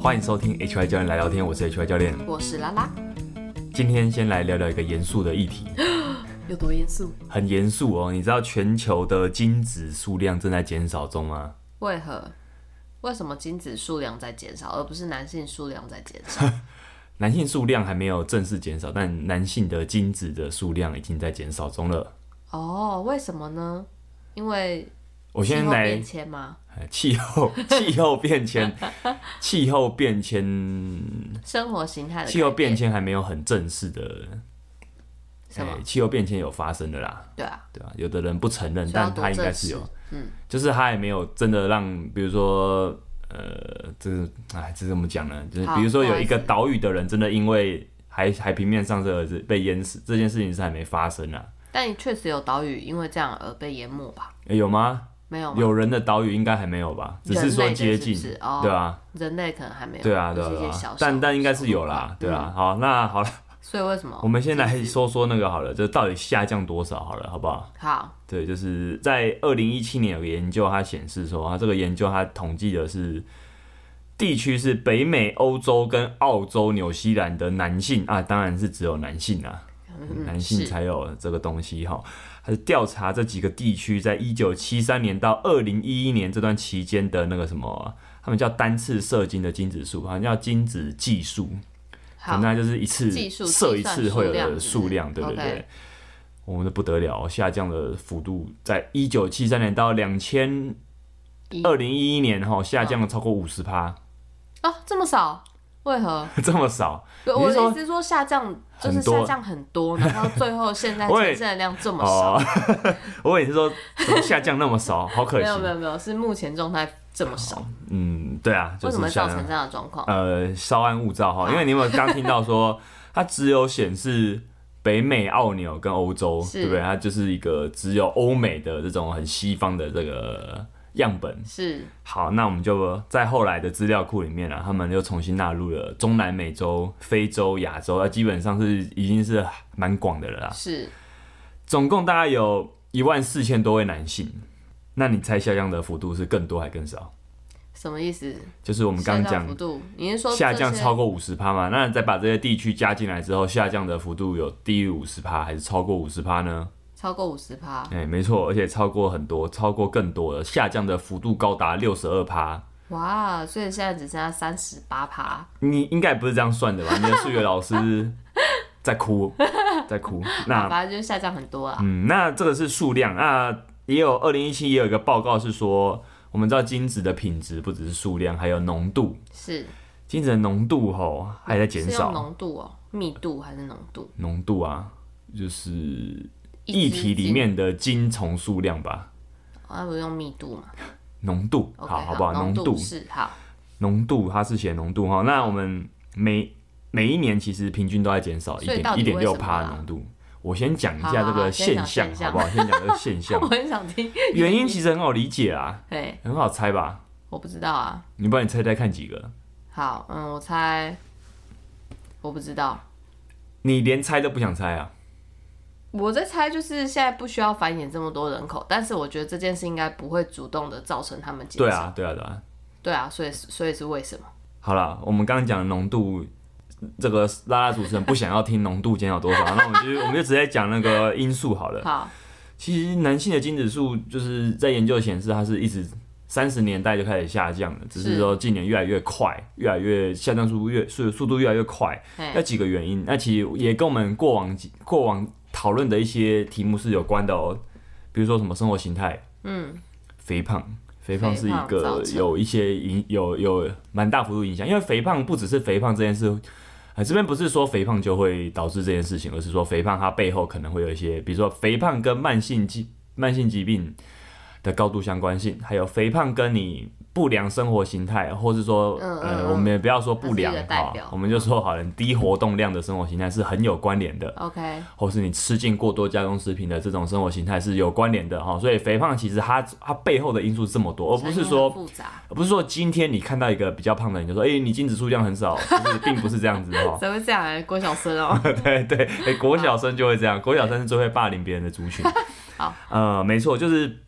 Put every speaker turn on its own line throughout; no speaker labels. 欢迎收听 HY 教练来聊天，我是 HY 教练。
我是拉拉，
今天先来聊聊一个严肃的议题，
有多严肃？
很严肃哦。你知道全球的精子数量正在减少中吗？
为何？为什么精子数量在减少，而不是男性数量在减 少？
男性数量还没有正式减少，但男性的精子的数量已经在减少中了。
哦，为什么呢？因为
我
气
先
候
来
变迁吗？
呃气候气候变迁，呃 气候变迁，
生活形态的
气候
改
变迁还没有很正式的，
什么
哎？气候变迁有发生的啦。
对啊，
对啊，有的人不承认，
需要
但
多
他应该
正
是
视
有，
嗯，
就是他也没有真的让，比如说，呃，这是，哎，这是怎么讲呢？就是
好
比如说
不好
有一
意
个
思
岛屿的人真的因为海海平面上升而是被淹死，这件事情是还没发生啊，
但确实有岛屿因为这样而被淹没吧？
诶有吗？
没有吗？
有人的岛屿应该还没有吧？只是说
哦人类的
接近，
是不是哦
对啊，
人类可能还没有，
对啊，
就
对啊，
是一
对
些
啊
小小
但但应该是
小
有
的
啦
吧，
对啊。好，那好了，
所以为什么
我们先来说说那个好了，就到底下降多少好了，好不好？
好？
对，就是在二零一七年有个研究，它显示说，啊它这个研究它统计的是地区是北美、欧洲跟澳洲、纽西兰的男性啊，当然是只有男性啊，
嗯
男性
是
才有这个东西哈。它是调查这几个地区在一九七三年到二零一一年这段期间的那个什么，他们叫单次射精的精子数，好像叫精子计数，
好
反正它就是一次
计数
射一
计算
次会有
数
的
量嗯
数量，对对
OK
对。我们的不得了，下降的幅度在一九七三年到两千
一
二零一一年哈，下降了超过五十趴，
啊这么少，为何？
这么少
对
你
我
是
的
说
意思是说下降就是
很多
下降很多，然后最后现 在
喂
呈现的量这么少
哦。。 我也是说，怎么下降那么少，好可
没
惜
有。没有没有，是目前状态这么少，
嗯，对啊，就
为什么
是下
会造
降
成这。样的啊状况？
呃，稍安勿躁哈，因为你有没有刚听到说，它只有显示北美、澳纽跟欧洲，
是
对不对？它就是一个只有欧美的这种很西方的这个样本，
是
好，那我们就在后来的资料库里面啊，他们又重新纳入了中南美洲、非洲、亚洲，啊，基本上是已经是蛮广的了啦。
是，
总共大概有一万四千多位男性，那你猜下降的幅度是更多还更少？
什么意思？
就是我们刚
下
刚
降幅
讲
度，你是说
下降
这些
超过五十趴嘛？那再把这些地区加进来之后，下降的幅度有低于五十趴还是超过五十趴呢？
超过五十趴？
哎、没错，而且超过很多，超过更多了，下降的幅度高达六十二趴。
哇，所以现在只剩下三十八趴，
你应该不是这样算 的吧？你的数学老师在哭，在哭。
好
那
吧，就是下降很多啊啦。
嗯，那这个是数量。那也有二零一七也有一个报告是说，我们知道精子的品质不只是数量，还有浓度。
是
精子的浓度吼还在减
是用
少，
浓度哦，密度还是浓度？
浓度啊，就是
一
液
支
体里
精
面的精虫数量吧。
哦，那不是用密度嘛
浓度
？OK，
好好不好？浓
浓
度
是好，
浓度，它是写浓度哈。那我们每每一年其实平均都在减少一
所以
点
到
一
底
点
为
六
什么
趴
啊
浓度。我先讲一
好
下这
好
个
好先
现
讲
象，
现
好
象
不好？先讲 这个现象
我，很想听。
原因其实很好理解啊，
哎，
很好猜吧？
我不知道啊。
你帮你猜猜看几个？
好，嗯，我猜，我不知道。
你连猜都不想猜啊？
我在猜，就是现在不需要繁衍这么多人口，但是我觉得这件事应该不会主动的造成他们减少。
对，啊，对啊，对啊。
对啊，所以所以是为什么？
好了，我们刚刚讲的浓度，这个拉拉主持人不想要听浓度减少多少，那我们就我们就直接讲那个因素好了。
好，
其实男性的精子数就是在研究显示，它是一直三十年代就开始下降了，只是
是
说近年越来越快，越来越下降速度越速速度越来越快。那
哎，
几个原因，那其实也跟我们过往几过往讨论的一些题目是有关的哦，比如说什么生活形态，
嗯，
肥胖。肥胖是一
肥胖
个
造成
有一些影有有蛮大幅度影响，因为肥胖不只是肥胖这件事，呃，这边不是说肥胖就会导致这件事情，而是说肥胖它背后可能会有一些，比如说肥胖跟慢性疾慢性疾病的高度相关性，还有肥胖跟你不良生活形态，或是说
嗯嗯
呃，
嗯
我们也不要说不良
它是一个代
哈
表，
我们就说好了，你低活动量的生活形态是很有关联的。
OK，
或是你吃进过多加工食品的这种生活形态是有关联的哈，所以肥胖其实它它背后的因素这么多，而不是
产业很
说
复杂，。
而不是说今天你看到一个比较胖的人就说，哎、你精子数量很少，就是并不是这样子哈
怎么会这样、啊？郭晓生 哦，
对对，哎、国小生就会这样，国小生是最会霸凌别人的族群。
好，
呃，没错，就是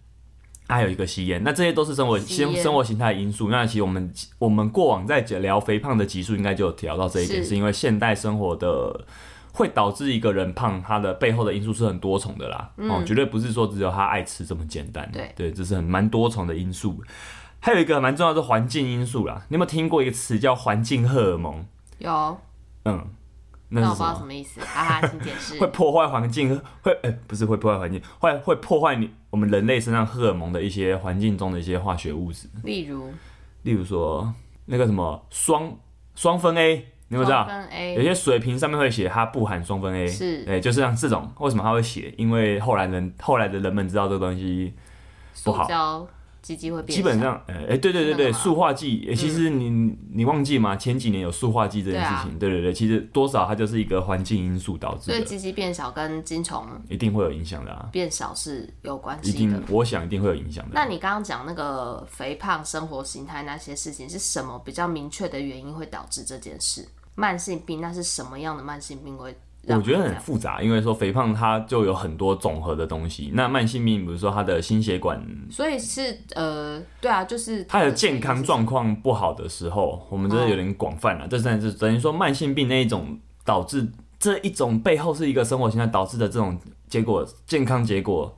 还有一个吸烟，那这些都是生活
吸烟
生生活形态的因素。那其实我们我们过往在聊肥胖的集数，应该就有聊到这一点，
是
是因为现代生活的会导致一个人胖，它的背后的因素是很多重的啦。哦，绝对不是说只有他爱吃这么简单。
嗯对
对，这是很蛮多重的因素。还有一个蛮重要的是环境因素啦。你有没有听过一个词叫环境荷尔蒙？
有，
嗯，那
那我
是
不
什
知道
么
什？么意思，啊哈哈，请解释
会。破坏环境，会呃、不是会破坏环境，会会破坏你我们人类身上荷尔蒙的一些环境中的一些化学物质，
例如，
例如说那个什么双双酚 A，你有没有知道？
分
有
A
些水瓶上面会写它不含双酚 A，
是
对，就是像这种，为什么它会写？因为后来人后来的人们知道这个东西不
塑
好
胶鸡鸡会变
基
小，
本上，呃，哎、对对对
真的
对，
吗嗯
塑化剂，哎其实你、你忘记吗？前几年有塑化剂这件事情，
啊
对对对，其实多少它就是一个环境因素导致
所以
的，
鸡鸡变小跟精虫
一定会有影响的啊，
变小是有关
一
系的
定。，我想一定会有影响的。啊
那你刚刚讲那个肥胖、生活形态那些事情，是什么比较明确的原因会导致这件事？慢性病那是什么样的慢性病会让
我
你这
觉
样？
得很复杂，因为说肥胖它就有很多总和的东西。那慢性病，比如说它的心血管，
所以是呃，对啊，就是
它的健康状况不好的时候，我们真的有点广泛啊
嗯
了。这真的是等于说慢性病那一种导致这一种背后是一个生活形态导致的这种结果，健康结果。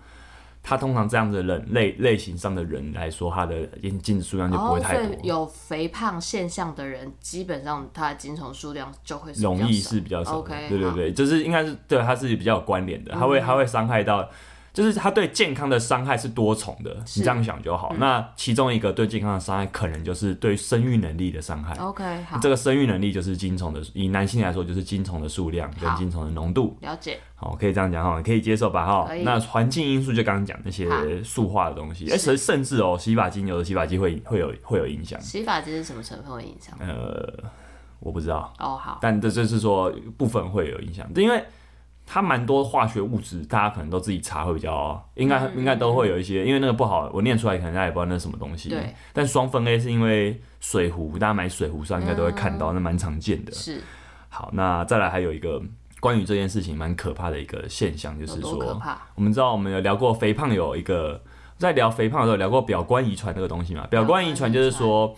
它通常这样的人类类型上的人来说，它的眼镜数量就不会
哦，所
太
以
多，
有肥胖现象的人，基本上他的精虫数量就会是比较
容易
少
是比较少的。
OK，
对对
好嗯
对，就是应该是对它是比较有关联的，它会它会伤害到，就是它对健康的伤害是多重的，
是嗯
你这样想就好。那其中一个对健康的伤害，可能就是对生育能力的伤害。
OK，好，哦
这个生育能力就是精虫的，以男性来说就是精虫的数量跟
好
精虫的浓度。
了解。
好，可以这样讲哈，你可以接受吧哈
可以。
那环境因素就刚刚讲那些
好
塑化的东西，
是
而且甚至哦，洗发精有的洗发精会会有会有影响。
洗发剂是什么成分会影响？
呃，我不知道，
哦，好，
但这就是说部分会有影响，因为它蛮多化学物质，大家可能都自己查会比较，应该、
嗯
应该都会有一些，因为那个不好，我念出来可能大家也不知道那是什么东西。
对。
但双酚 A 是因为水壶，大家买水壶上应该都会看
嗯
到，那蛮常见的。
是
好，那再来还有一个关于这件事情蛮可怕的一个现象，就
有
是
多可
说，
怕？
我们知道我们有聊过肥胖有一个，在聊肥胖的时候聊过表观遗传这个东西嘛。表观遗传就是说，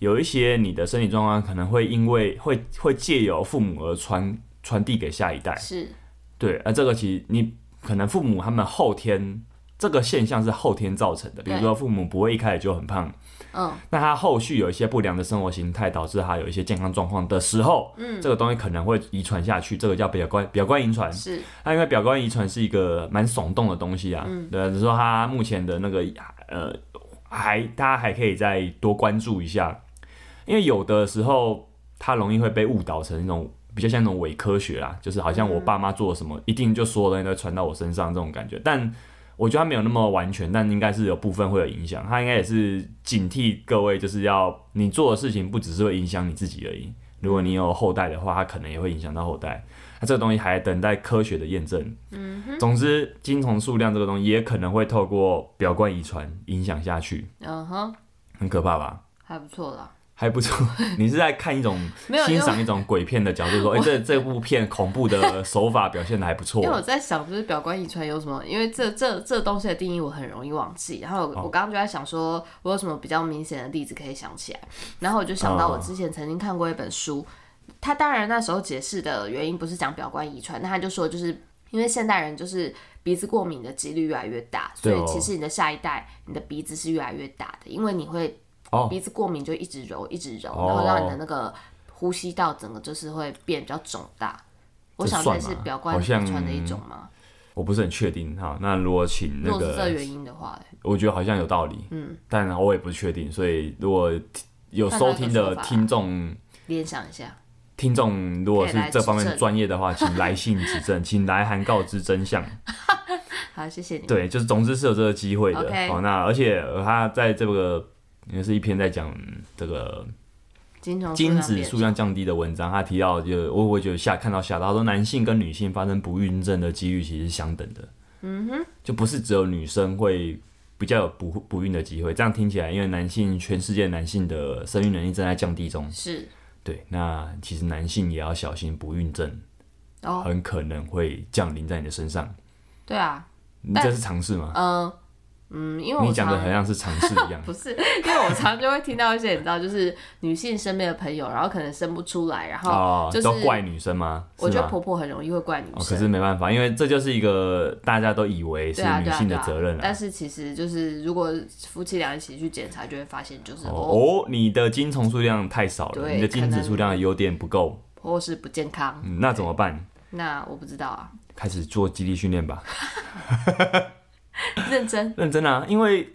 有一些你的身体状况可能会因为会会借由父母而传传递给下一代。
是
对，而这个其实你可能父母他们后天这个现象是后天造成的，比如
对
说父母不会一开始就很胖，
嗯，
那他后续有一些不良的生活形态，导致他有一些健康状况的时候，嗯，这个东西可能会遗传下去，这个叫表观表观遗传。
是
那啊因为表观遗传是一个蛮耸动的东西啊，对，只是说他目前的那个呃，还大家还可以再多关注一下，因为有的时候它容易会被误导成一种比较像那种伪科学啦，就是好像我爸妈做了什么，一定就所有东西都会传到我身上这种感觉，但。我觉得它没有那么完全，但应该是有部分会有影响。它应该也是警惕各位，就是要你做的事情不只是会影响你自己而已。如果你有后代的话，它可能也会影响到后代。那这个东西还等待科学的验证。嗯，总之，精虫数量这个东西也可能会透过表观遗传影响下去，
嗯哼，
很可怕吧？
还不错啦。
还不错， 你是在看一种
没有
欣
因
赏一种鬼片的角度说，哎、这这部片恐怖的手法表现的还不错
因为。我在想，就是表观遗传有什么？因为这这这东西的定义我很容易忘记。然后我,、
哦
我刚刚就在想说，我有什么比较明显的例子可以想起来？然后我就想到
嗯
我之前曾经看过一本书，他当然那时候解释的原因不是讲表观遗传，那他就说就是因为现代人就是鼻子过敏的几率越来越大，所
对
以
哦
其实你的下一代你的鼻子是越来越大的，因为你会
哦
鼻子过敏就一直揉一直揉，
哦
然后让你的那个呼吸道整个就是会变比较肿大。我
这
想这
算
是
吗
表观
好
遗
像
传的一种吗？
我不是很确定哈，那如果请
如
那
果是这
个，
原因的话，欸
我觉得好像有道理，嗯，但我也不确定，所以如果有
看他
收
的
听
说
的
法
听众。
联想一下，
听众如果是这方
可以
面
来指正
专业的话，请来信指正， 请来函告知真相。
好，谢谢你。
对，就是总之是有这个机会的。
OK
好，那而且呃他在这个也是一篇在讲嗯这个
金虫
精子数量降低的文章，他提到就我我觉得吓看到吓到，他说男性跟女性发生不孕症的几率其实是相等的。嗯哼，就不是只有女生会。比较有不不孕的机会，这样听起来，因为男性全世界男性的生育能力正在降低中，
是
对，那其实男性也要小心不孕症。
哦，
很可能会降临在你的身上。
对啊，但
这是尝试吗？
嗯，嗯，因为我
你讲的
常，
好像是尝试一样
不是，因为我常就会听到一些你知道，就是女性身边的朋友，然后可能生不出来，然后
哦
就，是、
都怪女生吗？
我
是
觉
吗
得婆婆很容易会怪女
哦，可
生。
是没办法，因为这就是一个大家都以为是
对啊，
女
对啊，
性
对
的
啊
责任了、
但是其实就是，如果夫妻俩一起去检查，就会发现就是哦，
哦，你的精虫数量太少了，
对
你的精子数量的优点不够，
婆婆是不健康。
嗯，那怎么办？
那我不知道啊，
开始做基地训练吧，
认真
认真啊，因为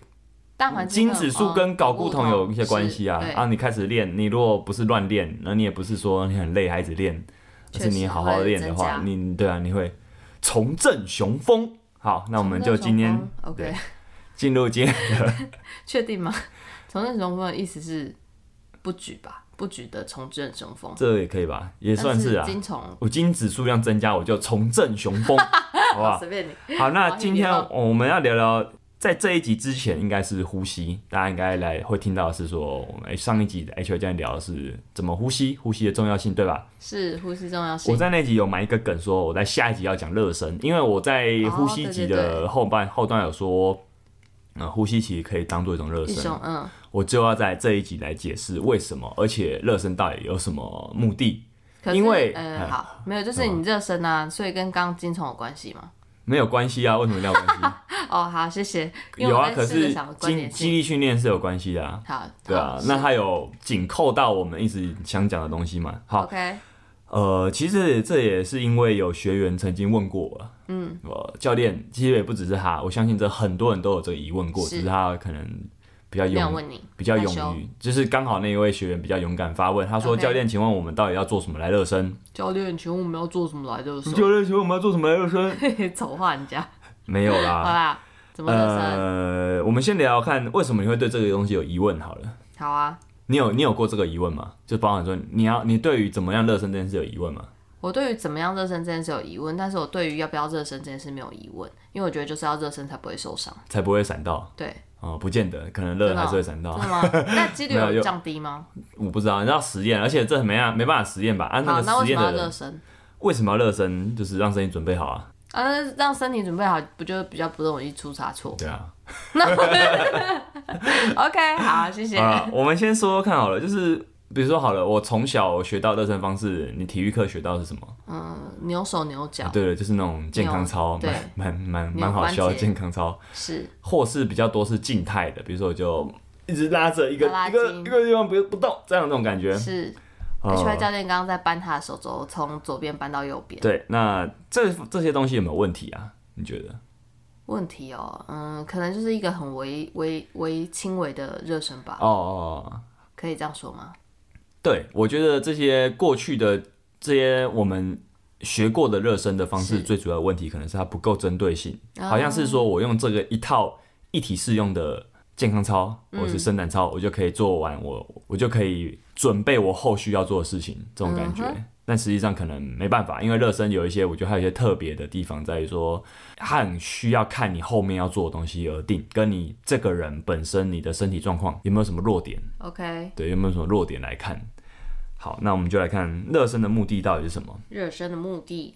大环境
精
很
子数
哦
跟睾固酮有一些
是
关系啊
对。
啊，你开始练，你如果不是乱练，那你也不是说你很累还一直练，而
确
是
实
你好好练的话，
会增加
你对啊，你会重振雄风。好，那我们就今天
从那种
对
OK，
进入今天，
确定吗？重振雄风的意思是不举吧？不举的重振雄风
这也可以吧，也
但
算是啊。
精虫，
我精子数量增加，我就重振雄 风，好不好？
随便你。
好，那
好
今
你
天
聊
我们要聊聊，在这一集之前应该是呼吸，大家应该来会听到的是说，我们哎上一集的 H 教你聊的是怎么呼吸，呼吸的重要性，对吧？
是呼吸重要
我
性。
在那集有埋一个梗，说我在下一集要讲热身，因为我在呼吸集
哦对对
的后半后段有说，呃，呼吸其实可以当做一种热
一
身，
种嗯，
我就要在这一集来解释为什么，而且热身到底有什么目的。
可是
因为
呃
嗯
好没有，就是你热身啊，所以跟刚刚精虫有关系吗？
没有关系啊，为什么一定要有关系？
哦，好，谢谢。因为
有
我
啊，
在
可
试着
是
想关
肌
联
肌
性
力训练是有关系的啊。
好，
对啊
好，
那
哦是
它有紧扣到我们一直想讲的东西嘛？好，
OK，
呃，其实这也是因为有学员曾经问过我，
嗯，
呃，教练其实也不只是他，我相信这很多人都有这个疑问过，
是
只是他可能比较
没有
勇，
问你，
比较
害羞
勇于，就是刚好那一位学员比较勇敢发问，他说：“
OK
教练，请问我们到底要做什么来热身
教练，请问我们要做什么来着？？”
教练，请问我们要做什么来热身？
嘿嘿，丑化人家，
没有
好
啦，
啦，怎么热身？
啊呃，我们先聊聊看为什么你会对这个东西有疑问好了。
好啊，
你有你有过这个疑问吗？就包含说你要你对于怎么样热身这件事有疑问吗？
我对于怎么样热身这件事有疑问，但是我对于要不要热身这件事没有疑问，因为我觉得就是要热身才不会受伤。
才不会闪到
对，
哦，不见得，可能热了
真的哦
还是会闪到
真，的吗？那几率
啊 没有
有
有
降低吗？
我不知道，你要实验，而且这很没啊没办法实验吧？按、
好，
那
那
个实
为什
验
么要
的
热
人
身？
为什么要热身？就是让身体准备好啊，
啊，那让身体准备好，不就比较不容易出差 错
对啊，
？OK，好，谢谢。
啊，我们先说说看好了，就是比如说好了，我从小学到热身方式，你体育课学到的是什么？啊
嗯，扭手扭脚
对了，就是那种健康操，
对
蛮蛮蛮
扭
蛮好笑的
关节
健康操，
是
或是比较多是静态的，比如说我就一直拉着一个
拉拉
一个
筋
一个地方不不动，这样那种感觉，
是。
呃
H Y 教练刚刚在扳他的手肘，从左边扳到右边。
对，那这这些东西有没有问题啊？你觉得？
问题哦，嗯，可能就是一个很微微微轻微的热身吧，
哦哦，哦
可以这样说吗？
对，我觉得这些过去的这些我们学过的热身的方式，
是
最主要的问题可能是它不够针对性，
哦啊
好像是说我用这个一套一体适用的健康操或者是伸展操，我就可以做完我我就可以准备我后续要做的事情，这种感觉。
嗯
但实际上可能没办法，因为热身有一些，我觉得还有一些特别的地方在于说，它很需要看你后面要做的东西而定，跟你这个人本身你的身体状况有没有什么弱点。
OK，
对，有没有什么弱点来看？好，那我们就来看热身的目的到底是什么。
热身的目的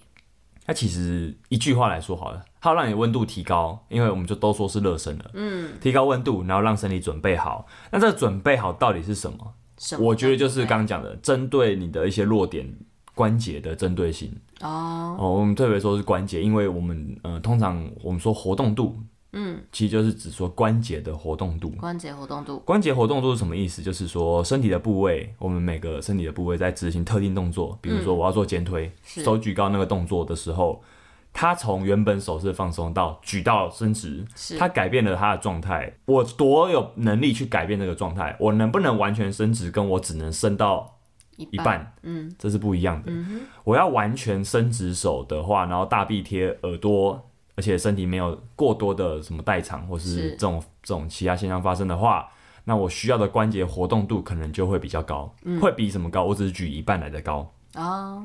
它其实一句话来说好了，它要让你温度提高，因为我们就都说是热身了，嗯，提高温度，然后让身体准备好。那这个准备好到底是什么？
什么？
我觉得就是刚刚讲的，针对你的一些弱点。关节的针对性
哦，
哦，我们特别说是关节，因为我们呃通常我们说活动度，
嗯，
其实就是指说关节的活动度。
关节活动度
关节活动度是什么意思？就是说身体的部位，我们每个身体的部位在执行特定动作，比如说我要做肩推、
是
手举高那个动作的时候，它从原本手势放松到举到伸直，
是
它改变了它的状态。我多有能力去改变这个状态？我能不能完全伸直？跟我只能伸到
一
一半，
嗯，
这是不一样的。我要完全伸直手的话，然后大臂贴耳朵，而且身体没有过多的什么代偿或
是
是这种这种其他现象发生的话，那我需要的关节活动度可能就会比较高，
嗯
会比什么高？我只是举一半来的高。
哦，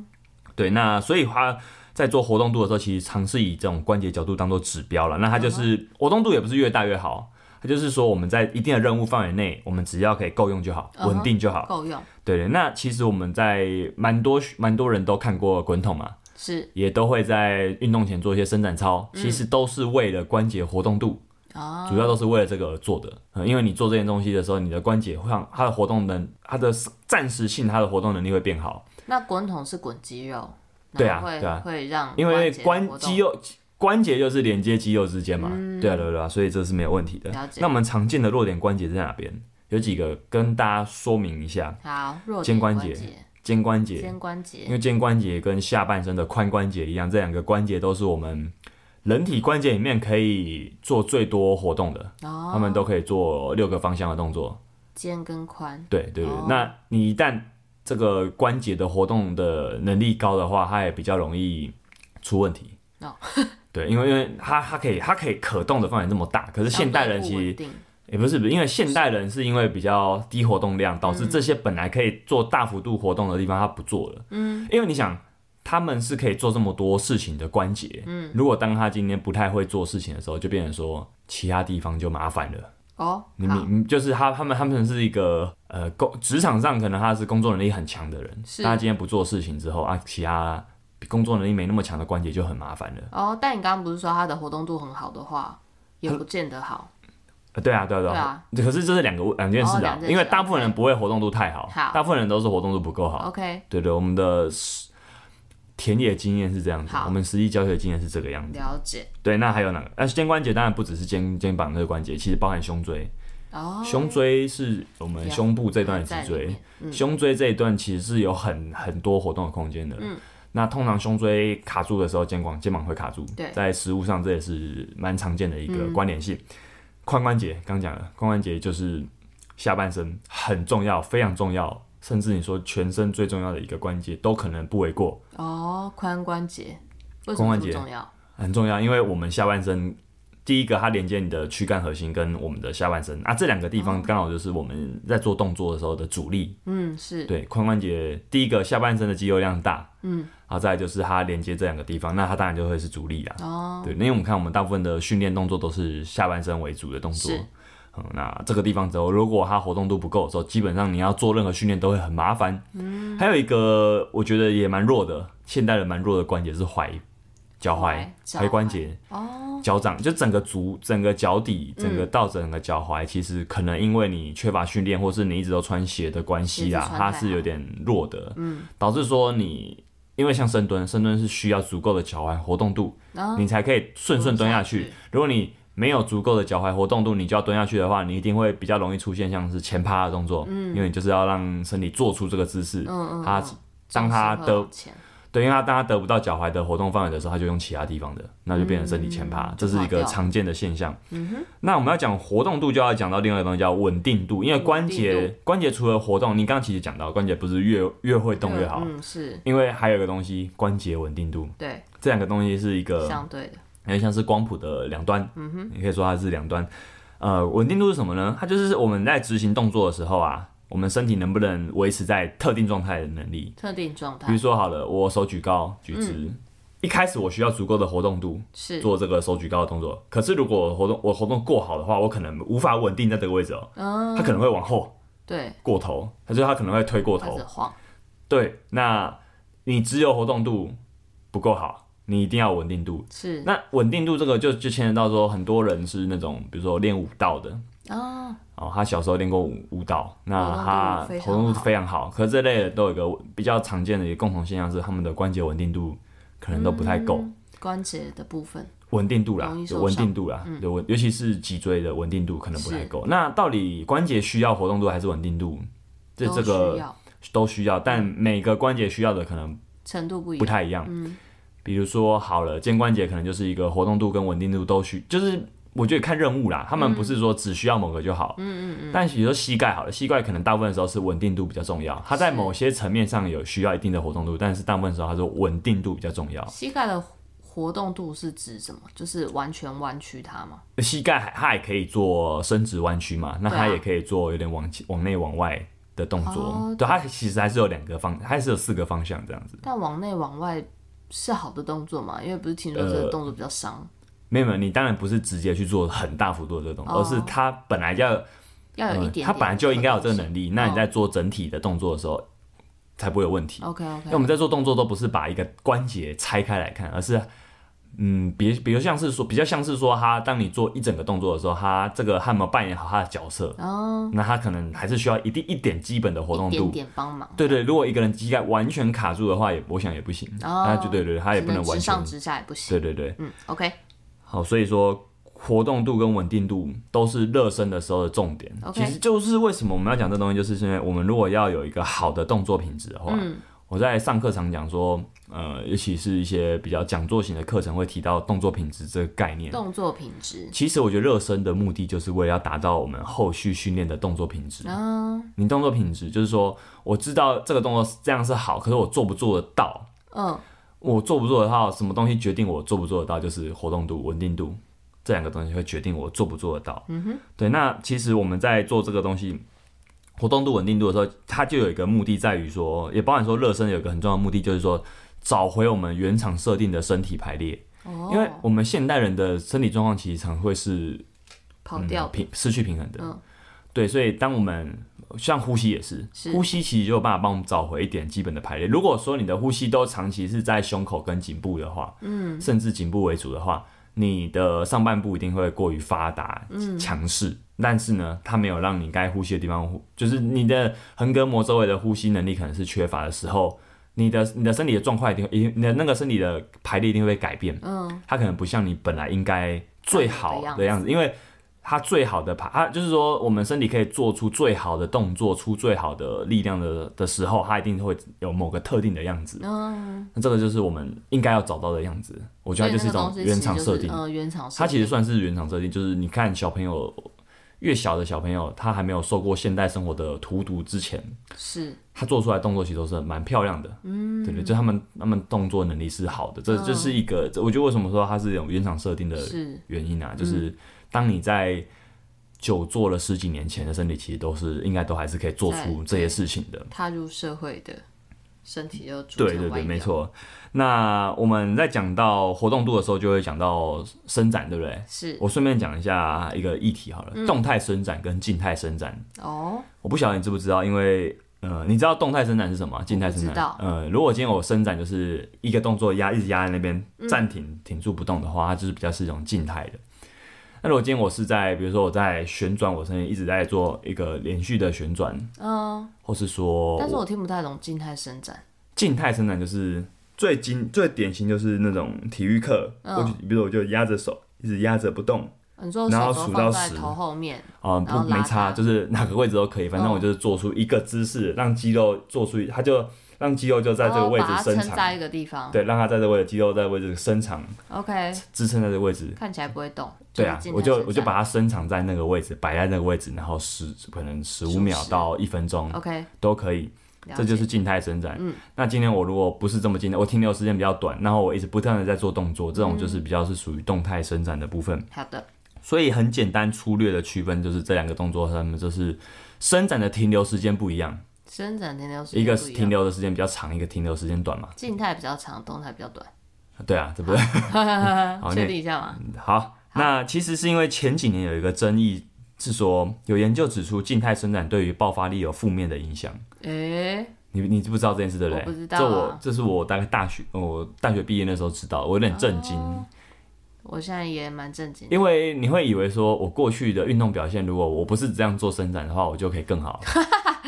对，那所以他在做活动度的时候，其实尝试以这种关节角度当做指标了。那它
嗯
就是活动度也不是越大越好，它就是说我们在一定的任务范围内，我们只要可以够用就好，
嗯哼
稳定就好。
够用
对，那其实我们在蛮多蛮多人都看过滚筒嘛，
是嗯
也都会在运动前做一些伸展操，其实都是为了关节活动度。
啊，
主要都是为了这个而做的。嗯，因为你做这件东西的时候，你的关节会让它的活动能，它的暂时性，它的活动能力会变好。
那滚筒是滚肌肉，
对啊
然后会
对啊
会让
因为
节的
关
活动嗯
肌肉关节就是连接肌肉之间嘛，对啊对啊对啊，所以这是没有问题的
了。解
那我们常见的弱点关节在哪边？有几个跟大家说明一下，
好，弱
肩
点
关
关
节肩关节，
肩关节
因为肩关节跟下半身的髋关节一样，这两个关节都是我们人体关节里面可以做最多活动的，
哦，
他们都可以做六个方向的动作。
肩跟髋
对对对，
哦
那你一旦这个关节的活动的能力高的话，它也比较容易出问题。
哦
对，因为因为它它可以它可以可动的范围那么大，可是现代人
相
其实
对不稳定
也不是，因为现代人是因为比较低活动量，导致这些本来可以做大幅度活动的地方，他不做了。嗯，因为你想，他们是可以做这么多事情的关节。嗯，如果当他今天不太会做事情的时候，就变成说其他地方就麻烦了。
哦，
你
好
你你就是他，他们他们是一个呃工职场上可能他是工作能力很强的人，
是
但他今天不做事情之后啊，其他工作能力没那么强的关节就很麻烦了。
哦，但你刚刚不是说它的活动度很好的话，也不见得好。
呃，对啊，对啊，对
对
啊
啊。
可是这是两个两件事
哦
啊
两件，事
因为大部分人不会活动度太好，
好哦
大部分人都是活动度不够好。
OK，
对对，我们的实田野经验是这样子，
好
我们实际教学经验是这个样子。
了解。
对，那还有哪个？那肩关节当然不只是肩肩膀这个关节，其实包含胸椎。
哦，
胸椎是我们
了
胸部这段的脊
在里
椎，
面，嗯，
胸椎这一段其实是有很很多活动的空间的。
嗯
那通常胸椎卡住的时候，肩膀肩膀会卡住。
对
在食物上这也是蛮常见的一个
嗯
关联性。髋关节刚讲了，髋关节就是下半身很重要，非常重要，甚至你说全身最重要的一个关节都可能不为过，
哦，髋关节为什
髋
么
关
这
节
么重要？
很重要。因为我们下半身第一个它连接你的躯干核心跟我们的下半身啊，这两个地
哦
方刚好就是我们在做动作的时候的阻力。
嗯，是
对，髋关节第一个下半身的肌肉量大，嗯，然后再来就是它连接这两个地方，那它当然就会是主力啦。
哦，
对，因为我们看我们大部分的训练动作都是下半身为主的动作
是，
嗯，那这个地方之后，如果它活动度不够的时候，基本上你要做任何训练都会很麻烦。嗯，还有一个我觉得也蛮弱的，现代人蛮弱的关节是踝，脚踝
踝、脚
踝关
踝
节、
哦，嗯
脚掌，就整个足、整个脚底、整个到整个脚踝，其实可能因为你缺乏训练，或是你一直都穿鞋的关系
鞋
啊
子，穿
它
太
是有点弱的，嗯，导致说你因为像深蹲，深蹲是需要足够的脚踝活动度，
然后
你才可以顺顺蹲下去。
哦蹲下
如果你没有足够的脚踝活动度，你就要蹲下去的话，你一定会比较容易出现像是前趴的动作，嗯，因为你就是要让身体做出这个姿势，
嗯嗯，
它
嗯
当它
重心会
的
往前
对，因为他当他得不到脚踝的活动范围的时候，他就用其他地方的，那就变成身体前趴，这是一个常见的现象。那我们要讲活动度，就要讲到另外一个东西叫稳定度，因为关
稳
节
定
关节除了活动，你刚刚其实讲到关节不是越越会动越好，
嗯，是
因为还有一个东西关节稳定度，
对
这两个东西是一个
相对的，
有点像是光谱的两端，嗯哼，你可以说它是两端。呃，稳定度是什么呢？它就是我们在执行动作的时候啊，我们身体能不能维持在特定状态的能力。
特定状
比
态
如说好了，嗯我手举高举直，一开始我需要足够的活动度
是
做这个手举高的动作。可是如果我活动我活动过好的话，我可能无法稳定在这个位置哦，
嗯，
它可能会往后
对，
过头，它就它可能会推过
开
头
始。晃，
对，那你只有活动度不够好，你一定要有稳定度。
是
那稳定度这个就就牵扯到说，很多人是那种比如说练武道的，
哦，
哦，他小时候练过舞舞蹈，那他
活动
活动
哦度非常
度
好
非常好。可是这类的都有一个比较常见的一个共同现象是，他们的关节稳定度可能都不太够，
嗯关节的部分
稳、定度啦
容易，受
有
伤嗯
稳定度啦，有稳，尤其是脊椎的稳定度可能不太
是
够。那到底关节需要活动度还是稳定度？这
都
这
需
个
要
都需要，但每个关节需要的可能
程度不一
不
样，嗯
太一样。比如说好了，肩关节可能就是一个活动度跟稳定度都需，就是我觉得看任务啦，他们不是说只需要某个就好。嗯嗯嗯。但比如说膝盖好了，膝盖可能大部分的时候是稳定度比较重要，它在
是
某些层面上有需要一定的活动度，但是大部分时候它是稳定度比较重要。
膝盖的活动度是指什么？就是完全弯曲它嘛？
膝盖还它也可以做伸直弯曲嘛，那
对啊
它也可以做有点往前往内往外的动作。
哦
对，它其实还是有两个方，还是有四个方向这样子。
但往内往外是好的动作嘛？因为不是听说这
呃
个动作比较伤，
没有没有，你当然不是直接去做很大幅度的这个动作，
哦
而是它本来要
要呃
嗯
有一点点
他本来就应该有这个能
力。
力，那你
哦
在做整体的动作的时候，才不会有问题。
OK
因为我
OK，
们在做动作都不是把一个关节拆开来看，而是嗯，比比如像是说，比较像是说他当你做一整个动作的时候，他这个汉有扮演好他的角色，
哦，
那他可能还是需要一定一点基本的活动
一
度。
点点帮忙，
对对，如果一个人膝盖完全卡住的话，也我想也不行，
哦
他就对对，他也
只
不能完
直
全
上。直下也不行。
对对对，
嗯，OK
好，所以说活动度跟稳定度都是热身的时候的重点。
OK
其实就是为什么我们要讲这东西，就是因为我们如果要有一个好的动作品质的话，
嗯
我在上课常讲说，呃，尤其是一些比较讲座型的课程会提到动作品质这个概念。
动作品质，
其实我觉得热身的目的就是为了要达到我们后续训练的动作品质。
啊，
你动作品质就是说，我知道这个动作这样是好，可是我做不做得到？
嗯，
我做不做得到，什么东西决定我做不做得到，就是活动度、稳定度这两个东西会决定我做不做得到。嗯哼，对。那其实我们在做这个东西，活动度、稳定度的时候，它就有一个目的在于说，也包含说热身有一个很重要的目的，就是说找回我们原厂设定的身体排列，
哦，
因为我们现代人的身体状况其实常会是
跑掉
嗯、平失去平衡的。
嗯
对，所以当我们像呼吸也是，
是
呼吸其实就有办法帮我们找回一点基本的排列。如果说你的呼吸都长期是在胸口跟颈部的话，嗯，甚至颈部为主的话，你的上半部一定会过于发达、
嗯
强势。但是呢，它没有让你该呼吸的地方呼，就是你的横膈膜周围的呼吸能力可能是缺乏的时候，你的你的身体的状况一定，一定你的那个身体的排列一定会被改变。
嗯，
它可能不像你本来应该最好的
啊
样子，因为它最好的排，它就是说我们身体可以做出最好的动作、出最好的力量的的时候，它一定会有某个特定的样子。
嗯，
那这个就是我们应该要找到的样子。我觉
所
得它就
以
是一
那个
种
东西其
原
实
厂
就
设
是
定，
嗯，原厂设定，
它其实算是原厂设定，就是你看小朋友。越小的小朋友，他还没有受过现代生活的荼毒之前，
是
他做出来的动作其实都是蛮漂亮的，嗯，对对，就他们他们动作能力是好的，这
嗯
这是一个，这我觉得为什么说它是有原厂设定的
是，
原因啊，就是当你在久坐了十几年前的身体，其实都是应该都还是可以做出
对
这些事情的，
踏入社会的身体又逐
对
渐
对
歪
对，
掉
没，错。那我们在讲到活动度的时候，就会讲到伸展，对不对？
是
我顺便讲一下一个议题好了，动态伸展跟静态伸展，
哦，
我不晓得你知不知道，因为呃，你知道动态伸展是什么吗？静态伸
知
展
道。
呃，如果今天我伸展就是一个动作压，一直压在那边
嗯
暂停停住不动的话，它就是比较是一种静态的。那如果今天我是在，比如说我在旋转我身体，一直在做一个连续的旋转，
嗯，
或是说
但是
我
我听不太懂静态伸展，
静态伸展，就是最经最典型就是那种体育课，
嗯
我就比如我就压着手一直压着不动，
呃你说
然后
手肘
数到
放在
十
头后面，
啊、
然后
不
拉
没差，
它
就是哪个位置都可以，反正
嗯
我就是做出一个姿势，让肌肉做出，它就让肌肉就在
然
这个
后
位
哦
置
把它
伸
撑在
长，
一个地方
对，让它在这个位置，肌肉在位置伸长，
，OK，
支撑在这个位置。
看起来不会动，
对啊
是，静态
我就
伸
我就
展
把它伸长在那个位置，摆在那个位置，然后十可能十五
数
秒
十
到一分钟
OK，
都可以，
了
这就
解
是静态伸展。
嗯
那今天我如果不是这么静态，我停留时间比较短，然后我一直不断的在做动作，这种
嗯
就是比较是属于动态伸展的部分。
好的，
所以很简单粗略的区分就是这两个动作，它们就是伸展的停留时间不一样，
伸展停留时间
一个
不样
停留的时间比较长，一个停留时间短嘛。
静态比较长，动态比较短，啊
对啊，对不对？好嗯
确
那
定一下嘛。
好，那其实是因为前几年有一个争议，是说有研究指出静态伸展对于爆发力有负面的影响。
诶、
你你知不知道这件事对不对？
我不知道啊
这我这是我大概大学我大学毕业那时候知道，我有点震惊。
哦我现在也蛮正经的，
因为你会以为说，我过去的运动表现，如果我不是这样做伸展的话，我就可以更 好。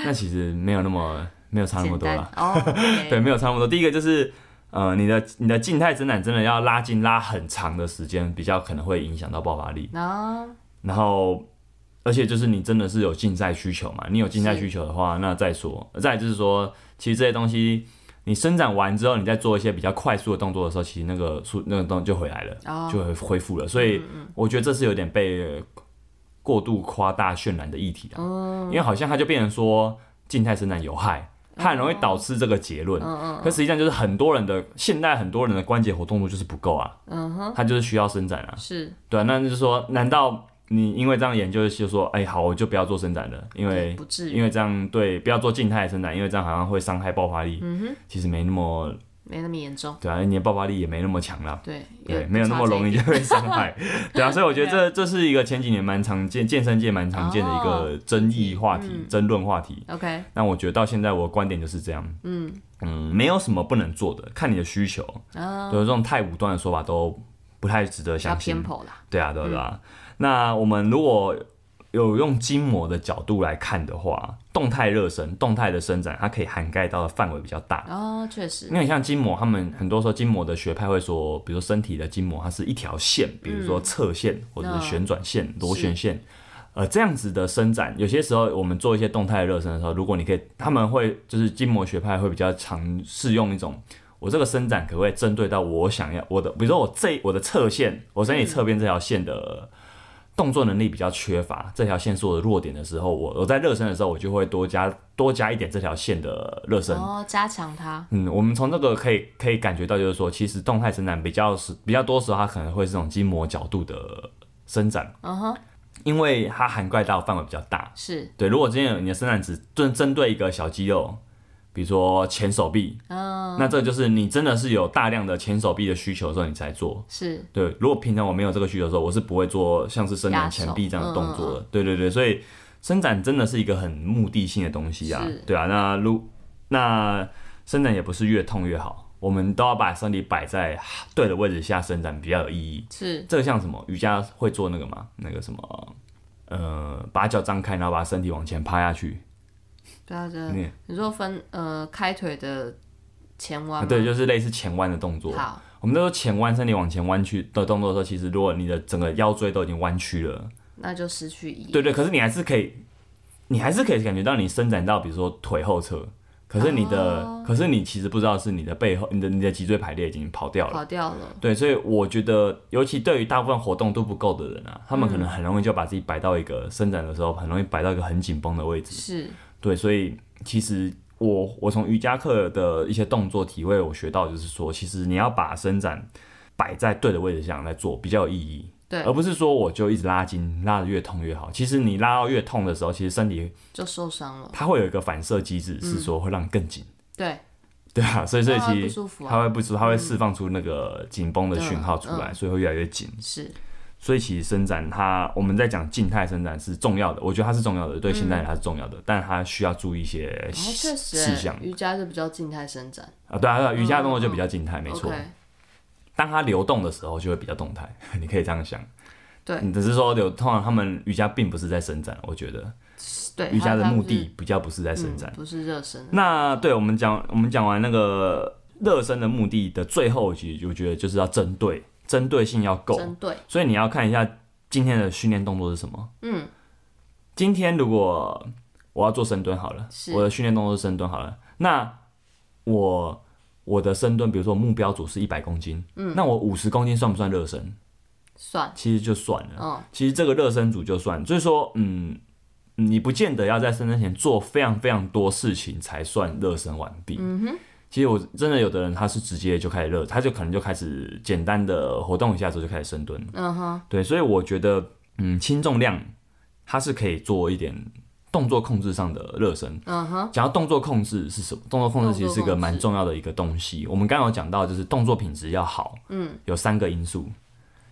那其实没有那么没有差那么
简
多
单
啦。
哦。
对，
OK
没有差那么多。第一个就是，呃，你的你的静态伸展真的要拉筋拉很长的时间，比较可能会影响到爆发力。
然后
然后，而且就是你真的是有竞赛需求嘛？你有竞赛需求的话，那再说。再来就是说，其实这些东西你伸展完之后，你再做一些比较快速的动作的时候，其实那个速那个动就回来了。
哦，
就会恢复了。所
嗯
以我觉得这是有点被过度夸大渲染的议题啊，
哦
因为好像它就变成说静态生长有害，它很容易导致这个结
嗯
论。可实际上就是很多人的现代很多人的关节活动度就是不够啊，
嗯哼，
它就是需要伸展啊。
是
对啊，那就是说，难道你因为这样研究就说，哎，好，我就不要做伸展了，因为
不至于，
因为这样对，不要做静态伸展，因为这样好像会伤害爆发力。
嗯
其实没那么
没那么严重。
对啊，你的爆发力也没那么强啦。
对，
对，
也
没有那么容易就被伤 害，对啊，所以我觉得这这是一个前几年蛮常见，健身界蛮常见的一个争议话
哦
题、
嗯
争论话题。
不差这一点。OK，
那我觉得到现在我的观点就是这样，嗯嗯，没有什么不能做的，看你的需求，
啊
对这种太武断的说法都不太值得
比较
相信
偏。嗯颇啦。
对啊，对啊，对啊。那我们如果有用筋膜的角度来看的话，动态热身、动态的伸展，它可以涵盖到的范围比较大。
哦，确实
因，为像筋膜，他们很多时候筋膜的学派会说，比如说身体的筋膜，它是一条线，比如说侧线或者是旋转线、螺旋线，呃，这样子的伸展，有些时候我们做一些动态热身的时候，如果你可以，他们会就是筋膜学派会比较常试用一种。我这个伸展可不可以针对到我想要我的，比如说我这我的侧线，我身体侧边这条线的动作能力比较缺乏，这条线是我的弱点的时候，我我在热身的时候，我就会多加多加一点这条线的热身，
哦，加强它，
嗯，我们从这个可以可以感觉到，就是说，其实动态伸展比较是比较多时候，它可能会是这种筋膜角度的伸展，
嗯哼，
因为它涵盖到范围比较大。
是，
对，如果今天有你的伸展只针针对一个小肌肉，比如说前手臂，
嗯，
那这就是你真的是有大量的前手臂的需求的时候你才做。
是，
对，如果平常我没有这个需求的时候，我是不会做像是伸展
压
前
手
臂这样的动作
嗯
的。对对对，所以伸展真的是一个很目的性的东西啊
是。
对啊，那如那伸展也不是越痛越好，我们都要把身体摆在对的位置下伸展比较有意义。
是，
这个像什么瑜伽会做那个嘛？那个什么，呃，把脚张开，然后把身体往前趴下去。
对啊，对啊
你
你说分呃开腿的前弯
啊
吗，
对，就是类似前弯的动作。
好，
我们都说前弯，身体往前弯曲的动作的时候，其实如果你的整个腰椎都已经弯曲了。
那就失去意义。
对对，可是你还是可以，你还是可以感觉到你伸展到，比如说腿后侧，可是你的，
哦
可是你其实不知道是你的背后，你的你的脊椎排列已经跑掉了。
跑掉了，
对，所以我觉得，尤其对于大部分活动都不够的人啊，他们可能很容易就把自己摆到一个伸展的时候，很容易摆到一个很紧绷的位置。
是
对，所以其实我我从瑜伽课的一些动作体位，我学到就是说，其实你要把伸展摆在对的位置上来做，比较有意义。
对
而，不是说我就一直拉筋，拉得越痛越好。其实你拉到越痛的时候，其实身体
就受伤了，
它会有一个反射机制，是说会让你更紧，
对，
对啊，所以所以
那会
其
不
实
舒服啊，
它会不舒服，它会释放出那个紧绷的讯号出
嗯
来，所以会越来越紧。
是
所以其实伸展它，我们在讲静态伸展是重要的，我觉得它是重要的，对现代人它是重要的，但它需要注意一些
然后嗯哦哎确
事
实
事项
欸，瑜伽就比较静态伸展，
啊。对啊，对啊瑜伽动作就比较静态，没错。
嗯 OK，
当它流动的时候，就会比较动态， 你可以这样想。
对
你只是说流，通常他们瑜伽并不是在伸展，我觉得。
对，
瑜伽的
它
目的比较不是在
它不是
伸展
嗯。不是热身，
那对我们讲，我们讲完那个热身的目的的最后一句，我觉得就是要针对，针对性要够。
针对
所以你要看一下今天的训练动作是什么。
嗯，
今天如果我要做深蹲好了，
是
我的训练动作是深蹲好了，那我我的深蹲，比如说目标组是一百公斤，嗯，那我五十公斤算不算热身？
算，
其实就算了。
嗯，
其实这个热身组就算，就是说，嗯，你不见得要在深蹲前做非常非常多事情才算热身完毕。嗯哼。其实我真的有的人他是直接就开始热，他就可能就开始简单的活动一下之后就开始深蹲。
嗯哼，
对，所以我觉得，嗯，轻重量它是可以做一点动作控制上的热身。
嗯哼，
讲到动作控制是什么？动作控制其实是一
动
个
作控制
蛮重要的一个东西。我们刚刚有讲到，就是动作品质要好，
嗯，
有三个因素，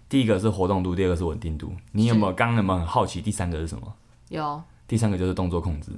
第一个是活动度，第二个是稳定度。你有没有刚刚有没有很好奇？第三个是什么？
有，
第三个就是动作控制。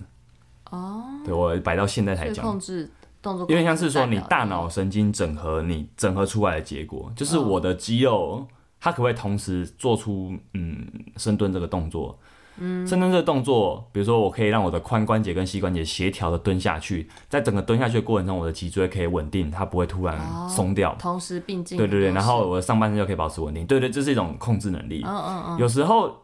哦，对我摆到现在
所
才
以
讲，
控制动作控制代表，嗯
有点像是说你大脑神经整合，你整合出来的结果，就是我的肌肉它可不可以同时做出嗯深蹲这个动作？嗯，深蹲这个动作，比如说我可以让我的髋关节跟膝关节协调的蹲下去，在整个蹲下去的过程中，我的脊椎可以稳定，它不会突然
哦
松掉。
同时并进的
对
东西，
对对，然后我的上半身就可以保持稳定。对对，这是一种控制能力。
嗯嗯嗯
有时候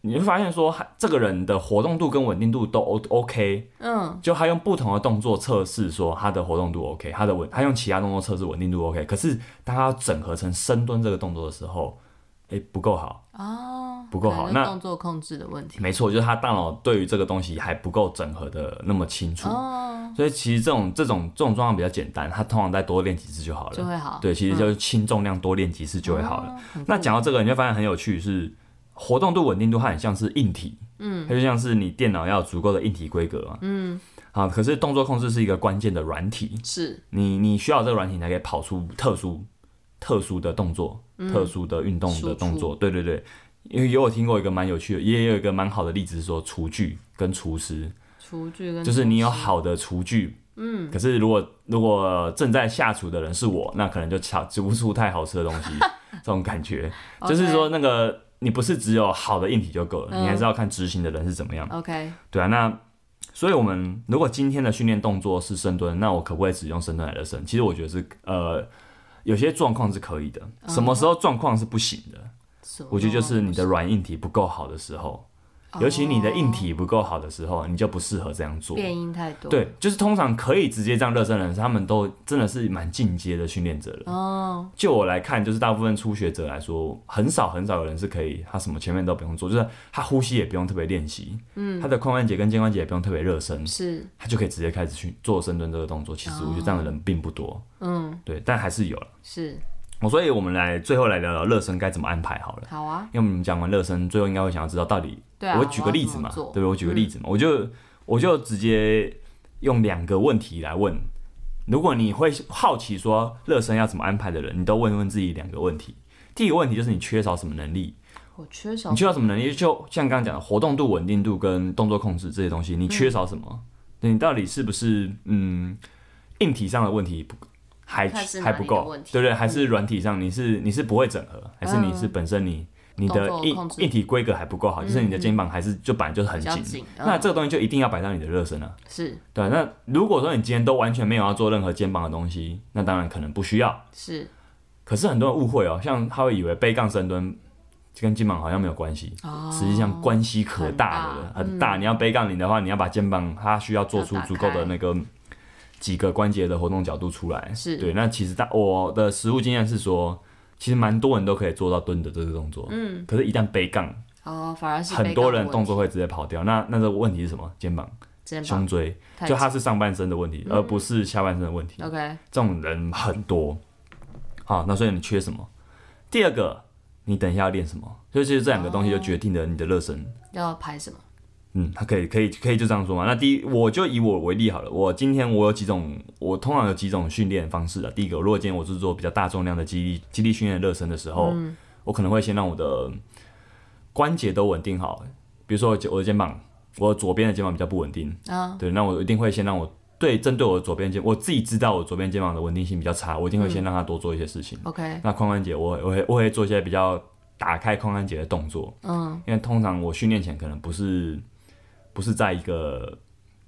你会发现说，这个人的活动度跟稳定度都 O OK，
嗯，
就他用不同的动作测试说他的活动度 OK，他的稳，他用其他动作测试稳定度 OK，可是当他整合成深蹲这个动作的时候，诶，不够好，
哦，
不够好
可能
那嗯
动作控制的问题，
没错，就是他大脑对于这个东西还不够整合的那么清楚，
哦，
所以其实这种这种这种状况比较简单，他通常再多练几次就好
就
了。
会好，
对，其实就是轻重量多练几次就会好了。那讲到这个，你就嗯哦发现很有趣是。活动度、稳定度，它很像是硬体，嗯，它就像是你电脑要有足够的硬体规格嘛，嗯，好，可是动作控制是一个关键的软体，
是
你你需要这个软体才可以跑出特殊特殊的动作、特殊的运动
输
的
出
动作。对对对，因为也有听过一个蛮有趣的，也有一个蛮好的例子是说厨具跟厨师，
厨具跟
就是你有
厨师
好的厨具。嗯， 可是如果如果正在下厨的人是我，那可能就炒煮不出太好吃的东西。这种感觉，就是说那个你不是只有好的硬体就够了，你还是要看执行的人是怎么样。
OK，
对啊，那所以我们如果今天的训练动作是深蹲，那我可不可以只用深蹲来热身？其实我觉得是呃，有些状况是可以的，什么时候状况是不行的？
什么
我觉得就是你的软硬体不够好的时候，尤其你的硬体不够好的时候，你就不适合这样做。
哦变音太多，，
对，就是通常可以直接这样热身的人，他们都真的是蛮进阶的训练者了。
哦，
就我来看，就是大部分初学者来说，很少很少有人是可以他什么前面都不用做，就是他呼吸也不用特别练习，嗯，他的髋关节跟肩关节也不用特别热身，
是
他就可以直接开始去做深蹲这个动作。其实我觉得这样的人并不多，嗯，对，但还是有了。
是，
我所以我们来最后来聊聊热身该怎么安排好了。
好啊，
因为我们讲完热身，最后应该会想要知道到底，
对啊
我会举个例子嘛，
我要怎么做嗯
对不对？我举个例子嘛，我就我就直接用两个问题来问。如果你会好奇说热身要怎么安排的人，你都问问自己两个问题。第一个问题就是你缺少什么能力？
我缺少
你缺少什么能力？就像刚刚讲的活动度、稳定度跟动作控制这些东西，你缺少什
嗯
么？对你到底是不是嗯硬体上的问题不还
看是哪
还不
里的
够
问，题嗯
对不对？还是软体上你是你是不会整合，还是你是本身你你的
动作
硬
控制嗯
硬体规格还不够好，就是你的肩膀还是就本来就是很
比较
紧。
紧，
那
嗯
这个东西就一定要摆到你的热身了、
是
对，那如果说你今天都完全没有要做任何肩膀的东西，那当然可能不需要。
是
可是很多人误会哦，像他会以为背杠深蹲跟肩膀好像没有关系，
哦，
实际上关系可大了，
很大嗯
很大。你要背杠铃的话，你要把肩膀它需要做出
要打
足够的
开
那个几个关节的活动角度出来。
是
对。那其实大我的实物经验是说，其实蛮多人都可以做到蹲的这个动作，嗯。可是，一旦背杠，
哦，反而是
很
被
多
告的
人
问
动
题
作会直接跑掉。那那个问题是什么？肩膀、
肩膀
胸椎，
太嗯
就它是上半身的问题，而不是下半身的问题。
紧 OK
这种人很多。好，那所以你缺什么？第二个，你等一下要练什么？所以其实这两个
哦
东西就决定了你的热身。
要拍什么？
嗯，他可以可以可以就这样说嘛。那第一，我就以我为例好了。我今天我有几种，我通常有几种训练方式啊。第一个，如果今天我是做比较大重量的肌力肌力训练热身的时候，我可能会先让我的关节都稳定好。比如说我肩我的肩膀，我左边的肩膀比较不稳定，
啊，
对，那我一定会先让我对针对我的左边肩，我自己知道我左边肩膀的稳定性比较差，我一定会先让它多做一些事情。
OK，
那髋关节我会我会我会做一些比较打开髋关节的动作，
嗯，
因为通常我训练前可能不是不是在一个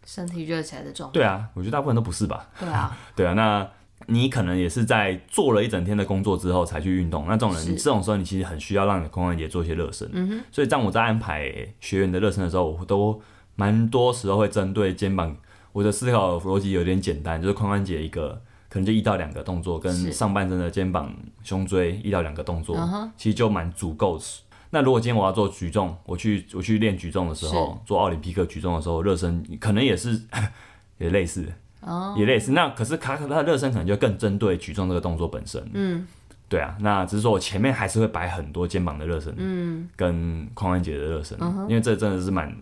身体热起来的状态，
对啊，我觉得大部分都不是吧？
对啊，
对啊，那你可能也是在做了一整天的工作之后才去运动，那这种人
是
这种时候你其实很需要让你的髋关节做一些热身。嗯所以当我在安排学员的热身的时候，我都蛮多时候会针对肩膀，我的思考逻辑有点简单，就是髋关节一个。可能就一到两个动作，跟
是
上半身的肩膀、胸椎一到两个动作
嗯哼
其实就蛮足够的。那如果今天我要做举重，我去我去练举重的时候，做奥林匹克举重的时候，热身可能也是 也类似，
哦
也类似。那可是卡卡他的热身可能就更针对举重这个动作本身。嗯，对啊。那只是说我前面还是会摆很多肩膀的热身，嗯，跟髋关节的热
嗯
身，因为这真的是蛮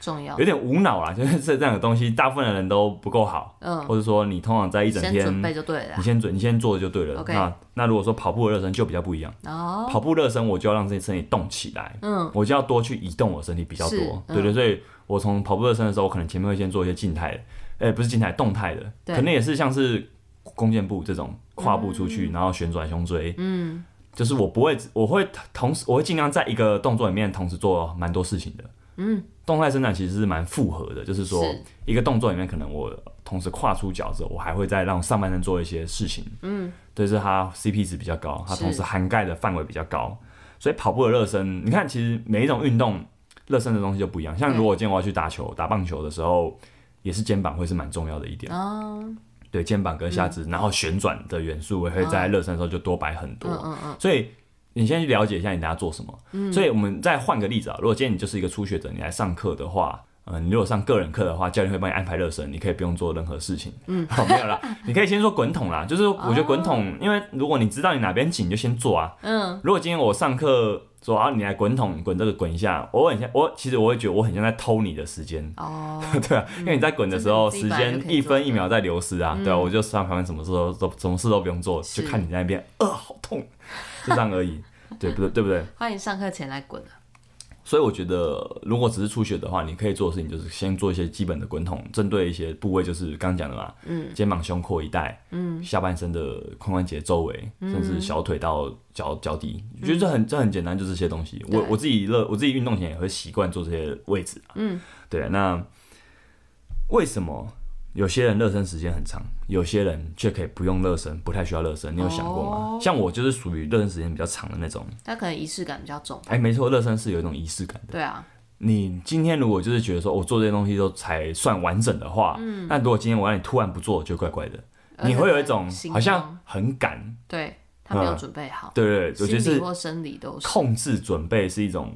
重要
有，点无脑啦， 就是这这样的东西，大部分的人都不够好，
嗯，
或者说你通常在一整
先
天，
准备就对了
你
啦。
先准你先做就对了。
OK
那那如果说跑步的热身就比较不一样。
哦，
跑步热身，我就要让自己身体动起来，嗯，我就要多去移动我身体比较
是
多，
嗯
对对，所以我从跑步热身的时候，我可能前面会先做一些静态的，哎、不是静态，动态的，
对
可能也是像是弓箭步这种跨步出
嗯
去，然后旋转胸椎，嗯，就是我不会，我会同时，我会尽量在一个动作里面同时做蛮多事情的，嗯，动态伸展其实是蛮复合的，就是说
是
一个动作里面可能我同时跨出脚之后，我还会再让上半身做一些事情，嗯，对，是它 CP 值比较高，它
是
同时涵盖的范围比较高，所以跑步的热身，你看其实每一种运动热身的东西就不一样，像
对
如果今天我要去打球、打棒球的时候，也是肩膀会是蛮重要的一点，
哦，嗯
对，肩膀跟下肢，然后旋转的元素我会在热身的时候就多摆很多，
啊嗯嗯嗯，
所以你先去了解一下你等下做什么。所以我们再换个例子啊，如果今天你就是一个初学者，你来上课的话。嗯，你如果上个人课的话，教练会帮你安排热身，你可以不用做任何事情。 嗯，好、没有啦，你可以先说滚筒啦，就是我觉得滚筒，因为如果你知道你哪边紧，你就先做啊。嗯，如果今天我上课说啊，你来滚筒滚这个滚一下，我很像我其实我会觉得我很像在偷你的时间，
哦，
对啊，因为你在滚的时候，
这
时
个你自己本来
间
就可以嗯
一分一秒在流失啊，对啊，我就上旁边什么事都都什么事都不用做，
是
就看你在那边，呃，好痛，就这样而已，对不对？对不对？
欢迎上课前来滚啊，
所以我觉得，如果只是出血的话，你可以做的事情就是先做一些基本的滚筒，针对一些部位，就是刚刚讲的嘛，嗯，肩膀、胸廓一带，嗯，下半身的髋关节周围，甚至小腿到脚脚底，我觉得这很这很简单，就这些东西。我
对
我自己乐，我自己运动前也会习惯做这些位置、啊，嗯，对。那为什么有些人热身时间很长，有些人却可以不用热身，不太需要热身？你有想过吗？
哦
像我就是属于热身时间比较长的那种。
他可能仪式感比较重。
哎，没错，热身是有一种仪式感的。
对啊，
你今天如果就是觉得说我做这些东西都才算完整的话，嗯，那如果今天我让你突然不做，就怪怪的，你会有一种
而且
好
呃心
像
慌
很赶，
对他没有
嗯
准备好，
对对对，我觉得
心理
是
或生理都是。
控制准备是一种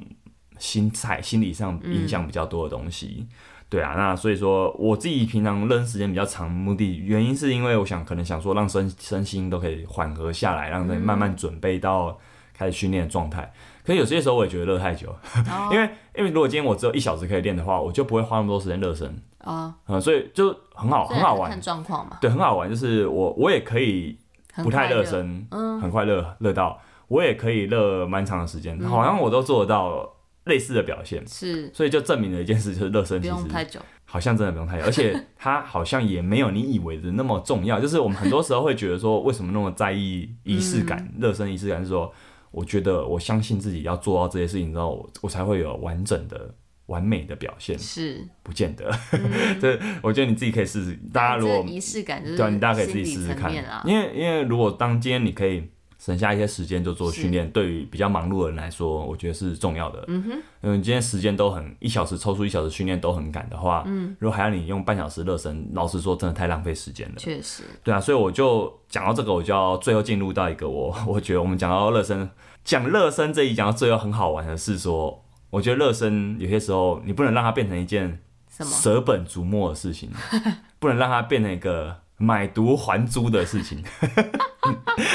心态、心理上影响比较多的东西。对啊，那所以说我自己平常热身时间比较长，目的原因是因为我想可能想说让身身心都可以缓和下来，让人慢慢准备到开始训练的状态。可是有些时候我也觉得热太久，
哦
因为因为如果今天我只有一小时可以练的话，我就不会花那么多时间热身
啊，
啊、嗯所以就很好
所以
很好
还是
玩
看，状况嘛，
对，很好玩，就是我我也可以
很
不太
快乐
热，
嗯
身，很快热热到我也可以热蛮长的时
嗯
间，好像我都做得到类似的表现，
是
所以就证明了一件事，就是热身
不
其
用太
实
久。
好像真的不用太久，而 且它好像也没有你以为的那么重要。就是我们很多时候会觉得说，为什么那么在意仪
嗯
式感？热身仪式感是说，我觉得我相信自己要做到这些事情之后，我我才会有完整的。完美的表现
是，
不见得，
嗯
对，我觉得你自己可以试试。大家如
这
果
个仪式感就是
对啊，你大家可以自己
心
试
理
试
层
看
面啊。。
因为因为如果当今天你可以省下一些时间就做
是
训练，对于比较忙碌的人来说，我觉得是重要的。嗯哼，嗯，你今天时间都很一小时抽出一小时训练都很赶的话，嗯，如果还要你用半小时热身，老实说真的太浪费时间了。
确实，
对啊，所以我就讲到这个，我就要最后进入到一个我 我觉得我们讲到热身，讲热身这一讲到最后很好玩的是说，我觉得热身有些时候你不能让它变成一件
什么？
舍本逐末的事情， 不能让它变成一个买椟还珠的事情。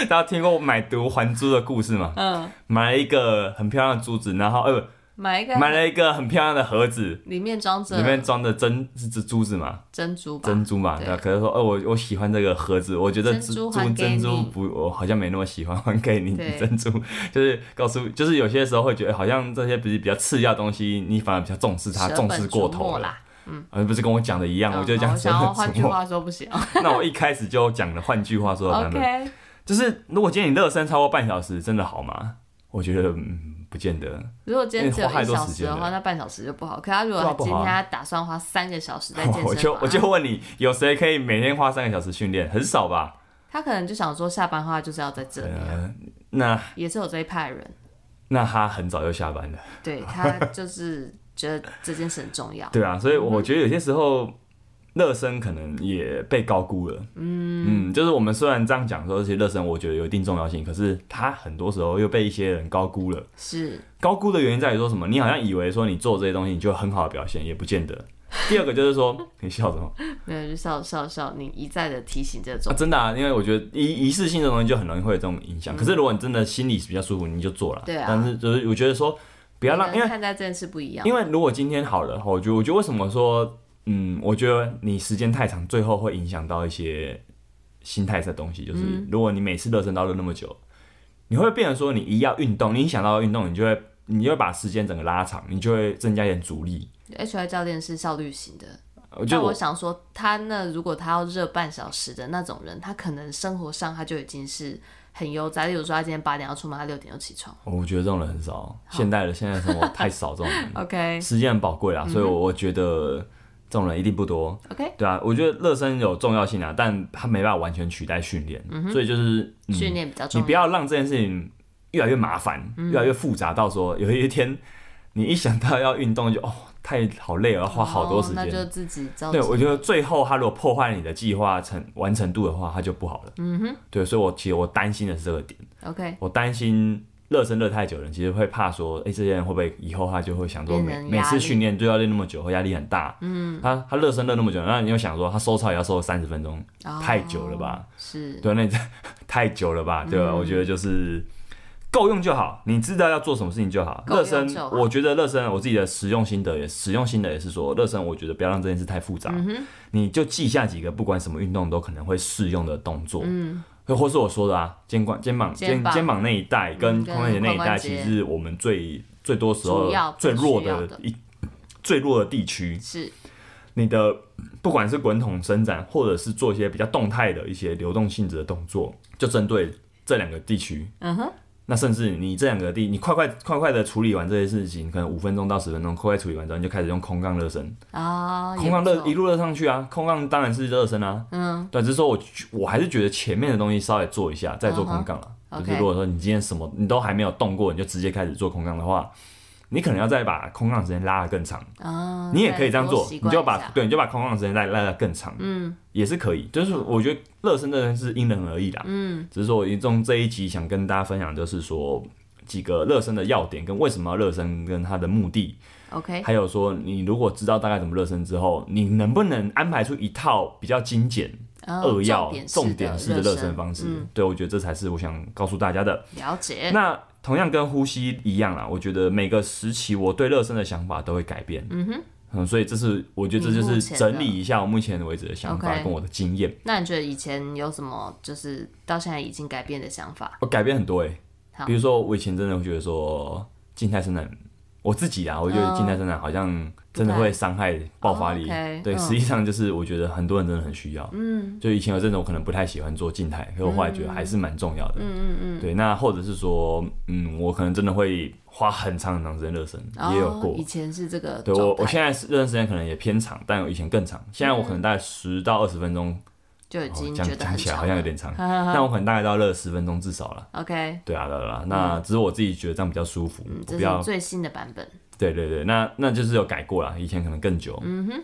大家听过买椟还珠的故事吗？
嗯，
买了一个很漂亮的珠子，然后呃
买一
不，
个，
买了一个很漂亮的盒子，
里面装
里面
着
装的珍是是珠子嘛，
珍珠吧？
珍珠嘛。
对
对啊，可是说，呃，我我喜欢这个盒子，我觉得
珍
珠珠
珠还给
珍珠
你
不，我好像没那么喜欢，还给你
对
珍珠。 就是告诉，就是有些时候会觉得，哎好像这些比比较次要的东西，你反而比较重视它，
舍
重
本
视
逐
过头
末
了。
啦。
而啊不是跟我讲的一样，我就
嗯
这样
好我
说
想 要
很
换
沉
句
默。
话说不行。
那我一开始就讲了，换句话说的版本，
OK，
就是如果今天你热身超过半小时，真的好吗？我觉得嗯，不见得。
如果今天只
因
有
为花太
一
多
小
时
时
间
的
了
话，那半小时就不好。可他如
对啊
果
不
今
好啊
天他打算花三个小时在健
我
身
就
房，
我就问你，有谁可以每天花三个小时训练？很少吧？
他可能就想说下班后他就是要在这里啊，
呃，那
也是有这一派人，
那他很早就下班了，
对他就是觉得这件事很重要。
对啊，所以我觉得有些时候热身可能也被高估了。嗯嗯，就是我们虽然这样讲说，其实热身我觉得有一定重要性，可是它很多时候又被一些人高估了。
是，
高估的原因在于说什么？你好像以为说你做这些东西你就很好的表现，也不见得。第二个就是 说，你笑什么？
没有就笑笑笑，你一再的提醒这
啊、
种，
真的啊，因为我觉得一一次性的东西就很容易会有这种影响。可是如果你真的心里比较舒服，你就做了。
对啊
但是就是我觉得说，不要让，
每
因
个人
为
看待这件事不一样
因。为如果今天好了，我觉得我觉得为什么说，嗯，我觉得你时间太长，最后会影响到一些心态的东西。就是如果你每次热身到了那么久，你会变成说你一要运动，你一想到运动，你就会你就会把时间整个拉长，你就会增加一点阻力。
H I 教练是效率型的，
我觉
但
得
我
我
想说，他那如果他要热半小时的那种人，他可能生活上他就已经是很悠哉。例如说，他今天八点要出门，他六点就起床。
我觉得这种人很少，啊现代的现在生 活太少这种人，
OK
时间很宝贵啊
嗯
啦，所以我我觉得这种人一定不多。
OK，
对啊，我觉得热身有重要性啊，但它没办法完全取代训练，所以就是、嗯、
训练比较重
你
要。嗯
不要让这件事情越来越麻烦，越来越复杂，到说有一天你一想到要运动就哦太好累了，要花好多时
哦，那
间。
就自己照
对，我觉得最后他如果破坏你的计划成完成度的话，他就不好了。嗯哼，对，所以我其实我担心的是这个点。
OK，
我担心热身热太久的人，其实会怕说，哎、这些人会不会以后他就会想说每
变成压力
每次训练就要练那么久，会压力很大。嗯，他他热身热那么久，那你又想说他收操也要收三十分钟，
哦
太久了吧？
是
对，那你 太久了
嗯
吧？对吧？我觉得就是够用就好，你知道要做什么事情就好。
够
热
用
身
就，好
我觉得热身我自己的实用心得也实用心得也是说，热身我觉得不要让这件事太复杂，
嗯
你就记下几个不管什么运动都可能会适用的动作。嗯或是我说的啊，肩关、肩膀、
肩
肩
膀
肩膀那一带跟髋
嗯
关节那一
跟髋
带，
关节
其实是我们最最多时候
主要
最弱
必须要
的
的
一最弱的地区，
是
你的不管是滚筒伸展，或者是做一些比较动态的一些流动性质的动作，就针对这两个地区。
嗯哼，
那甚至你这两个地，你快快快快的处理完这些事情，可能五分钟到十分钟，快快处理完之后，你就开始用空杠热身，
啊，
空
也
杠
不
热
错
一路热上去啊，空杠当然是热身啊。
嗯
对，只是说我我还是觉得前面的东西稍微做一下，再做空杠了。
嗯
就是
哼 OK
如果说你今天什么你都还没有动过，你就直接开始做空杠的话，你可能要再把空杠时间拉得更长。
啊，
你也可以这样
再多
做，
习
你
惯
就
一
把
下
对，你就把空旷时间再拉得更长，
嗯
也是可以。就是我觉得热身真的是因人而异啦，
嗯
只是说我从这一集想跟大家分享，就是说几个热身的要点，跟为什么要热身，跟它的目的，
，OK，
还有说你如果知道大概怎么热身之后，你能不能安排出一套比较精简、
嗯
扼要、重
重
点式
式
的热身
身
方式
嗯，？
对我觉得这才是我想告诉大家的。
了解，
那同样跟呼吸一样啦，我觉得每个时期我对热身的想法都会改变。嗯哼，所以这是我觉得这
你
就
目
是
前
整
的
理一下我目前为止的想法
OK
跟我的经验。
那你觉得以前有什么就是到现在已经改变的想法？
我改变很多诶、
好
比如说我以前真的会觉得说静态伸展，我自己啊，我觉得静态伸展好像真的
嗯不太
会伤害爆发力。
哦，OK，
对，
嗯
实际上就是我觉得很多人真的很需要。嗯，就以前有阵子我可能不太喜欢做静态，可是我后来觉得还是蛮重要的。嗯嗯嗯。对，那或者是说，嗯，我可能真的会花很长很长时间热身，也有过
哦、以。前是这个
对我，
状
我
态嗯
现在热身时间可能也偏长，但我以前更长。现在我可能大概十到二十分钟，
就已
哦，
经
这样
觉得
讲
很
起来
长
好像有
了。
点长，
哈哈哈
但我可能大概都要热十分钟至少了。
OK，
对啊，对啊对啊，那只是我自己觉得这样比较舒服，
嗯，
我
这
比较
是最新的版本。
对对对，那那就是有改过啦，以前可能更久，嗯哼，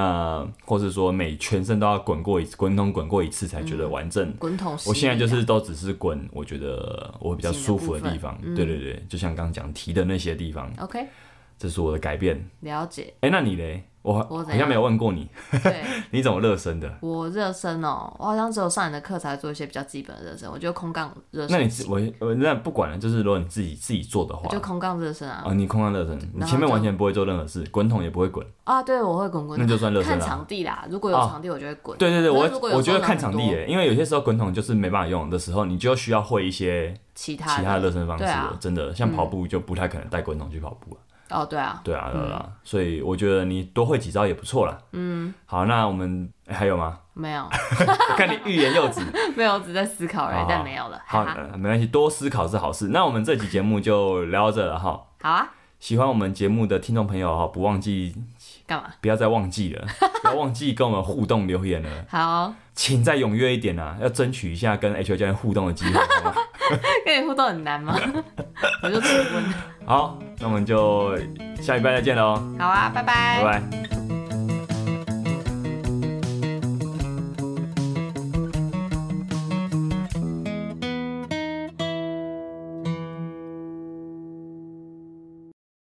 那或是说每全身都要滚过一次，滚筒滚过一次才觉得完整。
滚筒式
我现在就
力
是都只是滚，我觉得我比较舒服的地方，
嗯
对对对，就像刚刚讲提的那些地方，
量啊 OK，
这是我的改变。
了解。
哎、那你嘞？我
我
好
怎样
像没有问过你，
对
你怎么热身的？
我热身哦，我好像只有上你的课才做一些比较基本的热身，我就空杠热
那
身，
你自我我那不管了，就是如果你自己自己做的
我
话
就，空杠热身啊。
啊，你空上热身，你前面完全不会做任何事，滚筒也不会滚，
啊，对，我会滚滚，
那就算热身
看
了。啊
场地啦，如果有
哦
场地我就会滚。
对对对，
可
我
是如果有
我觉得
时候
看
人
场
很
地
多
耶，因为有些时候滚筒就是没办法用的时候，你就需要会一些
其他
其他热身方式
对
了
啊。
真的，像跑步就不太可能带滚筒去跑步了。
哦，对啊，
对啊，对啊对啊，所以我觉得你多会几招也不错啦。嗯，好，那我们哎还有吗？
没 有
我看你欲言又止。
没有，我只在思考而已
好，
但没有了。
好，
哈哈
呃没关系，多思考是好事。那我们这期节目就聊到这了哈。
好啊，
喜欢我们节目的听众朋友哈，不忘记
干嘛？
不要再忘记了，不要忘记跟我们互动留言了，
好，
请再踊跃一点啊，要争取一下跟 H O 教练互动的机会。好吗
跟你互动很难吗？ 我就重温。
好，那我们就下礼拜再见喽，
好啊，拜拜
拜拜。